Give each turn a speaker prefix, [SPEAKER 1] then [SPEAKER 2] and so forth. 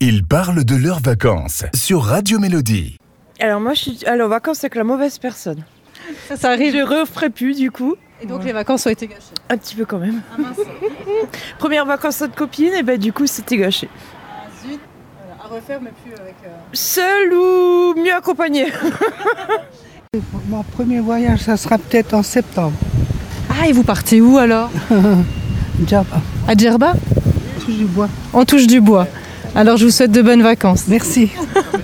[SPEAKER 1] Ils parlent de leurs vacances sur Radio Mélodie.
[SPEAKER 2] Alors moi, je suis allée en vacances avec la mauvaise personne.
[SPEAKER 3] Ça, ça arrive.
[SPEAKER 2] Je referai plus du coup.
[SPEAKER 3] Et donc les vacances ont été gâchées.
[SPEAKER 2] Un petit peu quand même.
[SPEAKER 3] Ah,
[SPEAKER 2] Première vacances de copine, et ben du coup, c'était gâché.
[SPEAKER 3] Ah, zut. Voilà, à refaire, mais plus avec. euh,
[SPEAKER 2] Seule ou mieux accompagnée
[SPEAKER 4] Mon premier voyage, ça sera peut-être en septembre.
[SPEAKER 3] Ah, et vous partez où alors
[SPEAKER 4] Job,
[SPEAKER 3] À Djerba
[SPEAKER 4] touche du bois.
[SPEAKER 3] On touche du bois. Alors je vous souhaite de bonnes vacances.
[SPEAKER 4] Merci.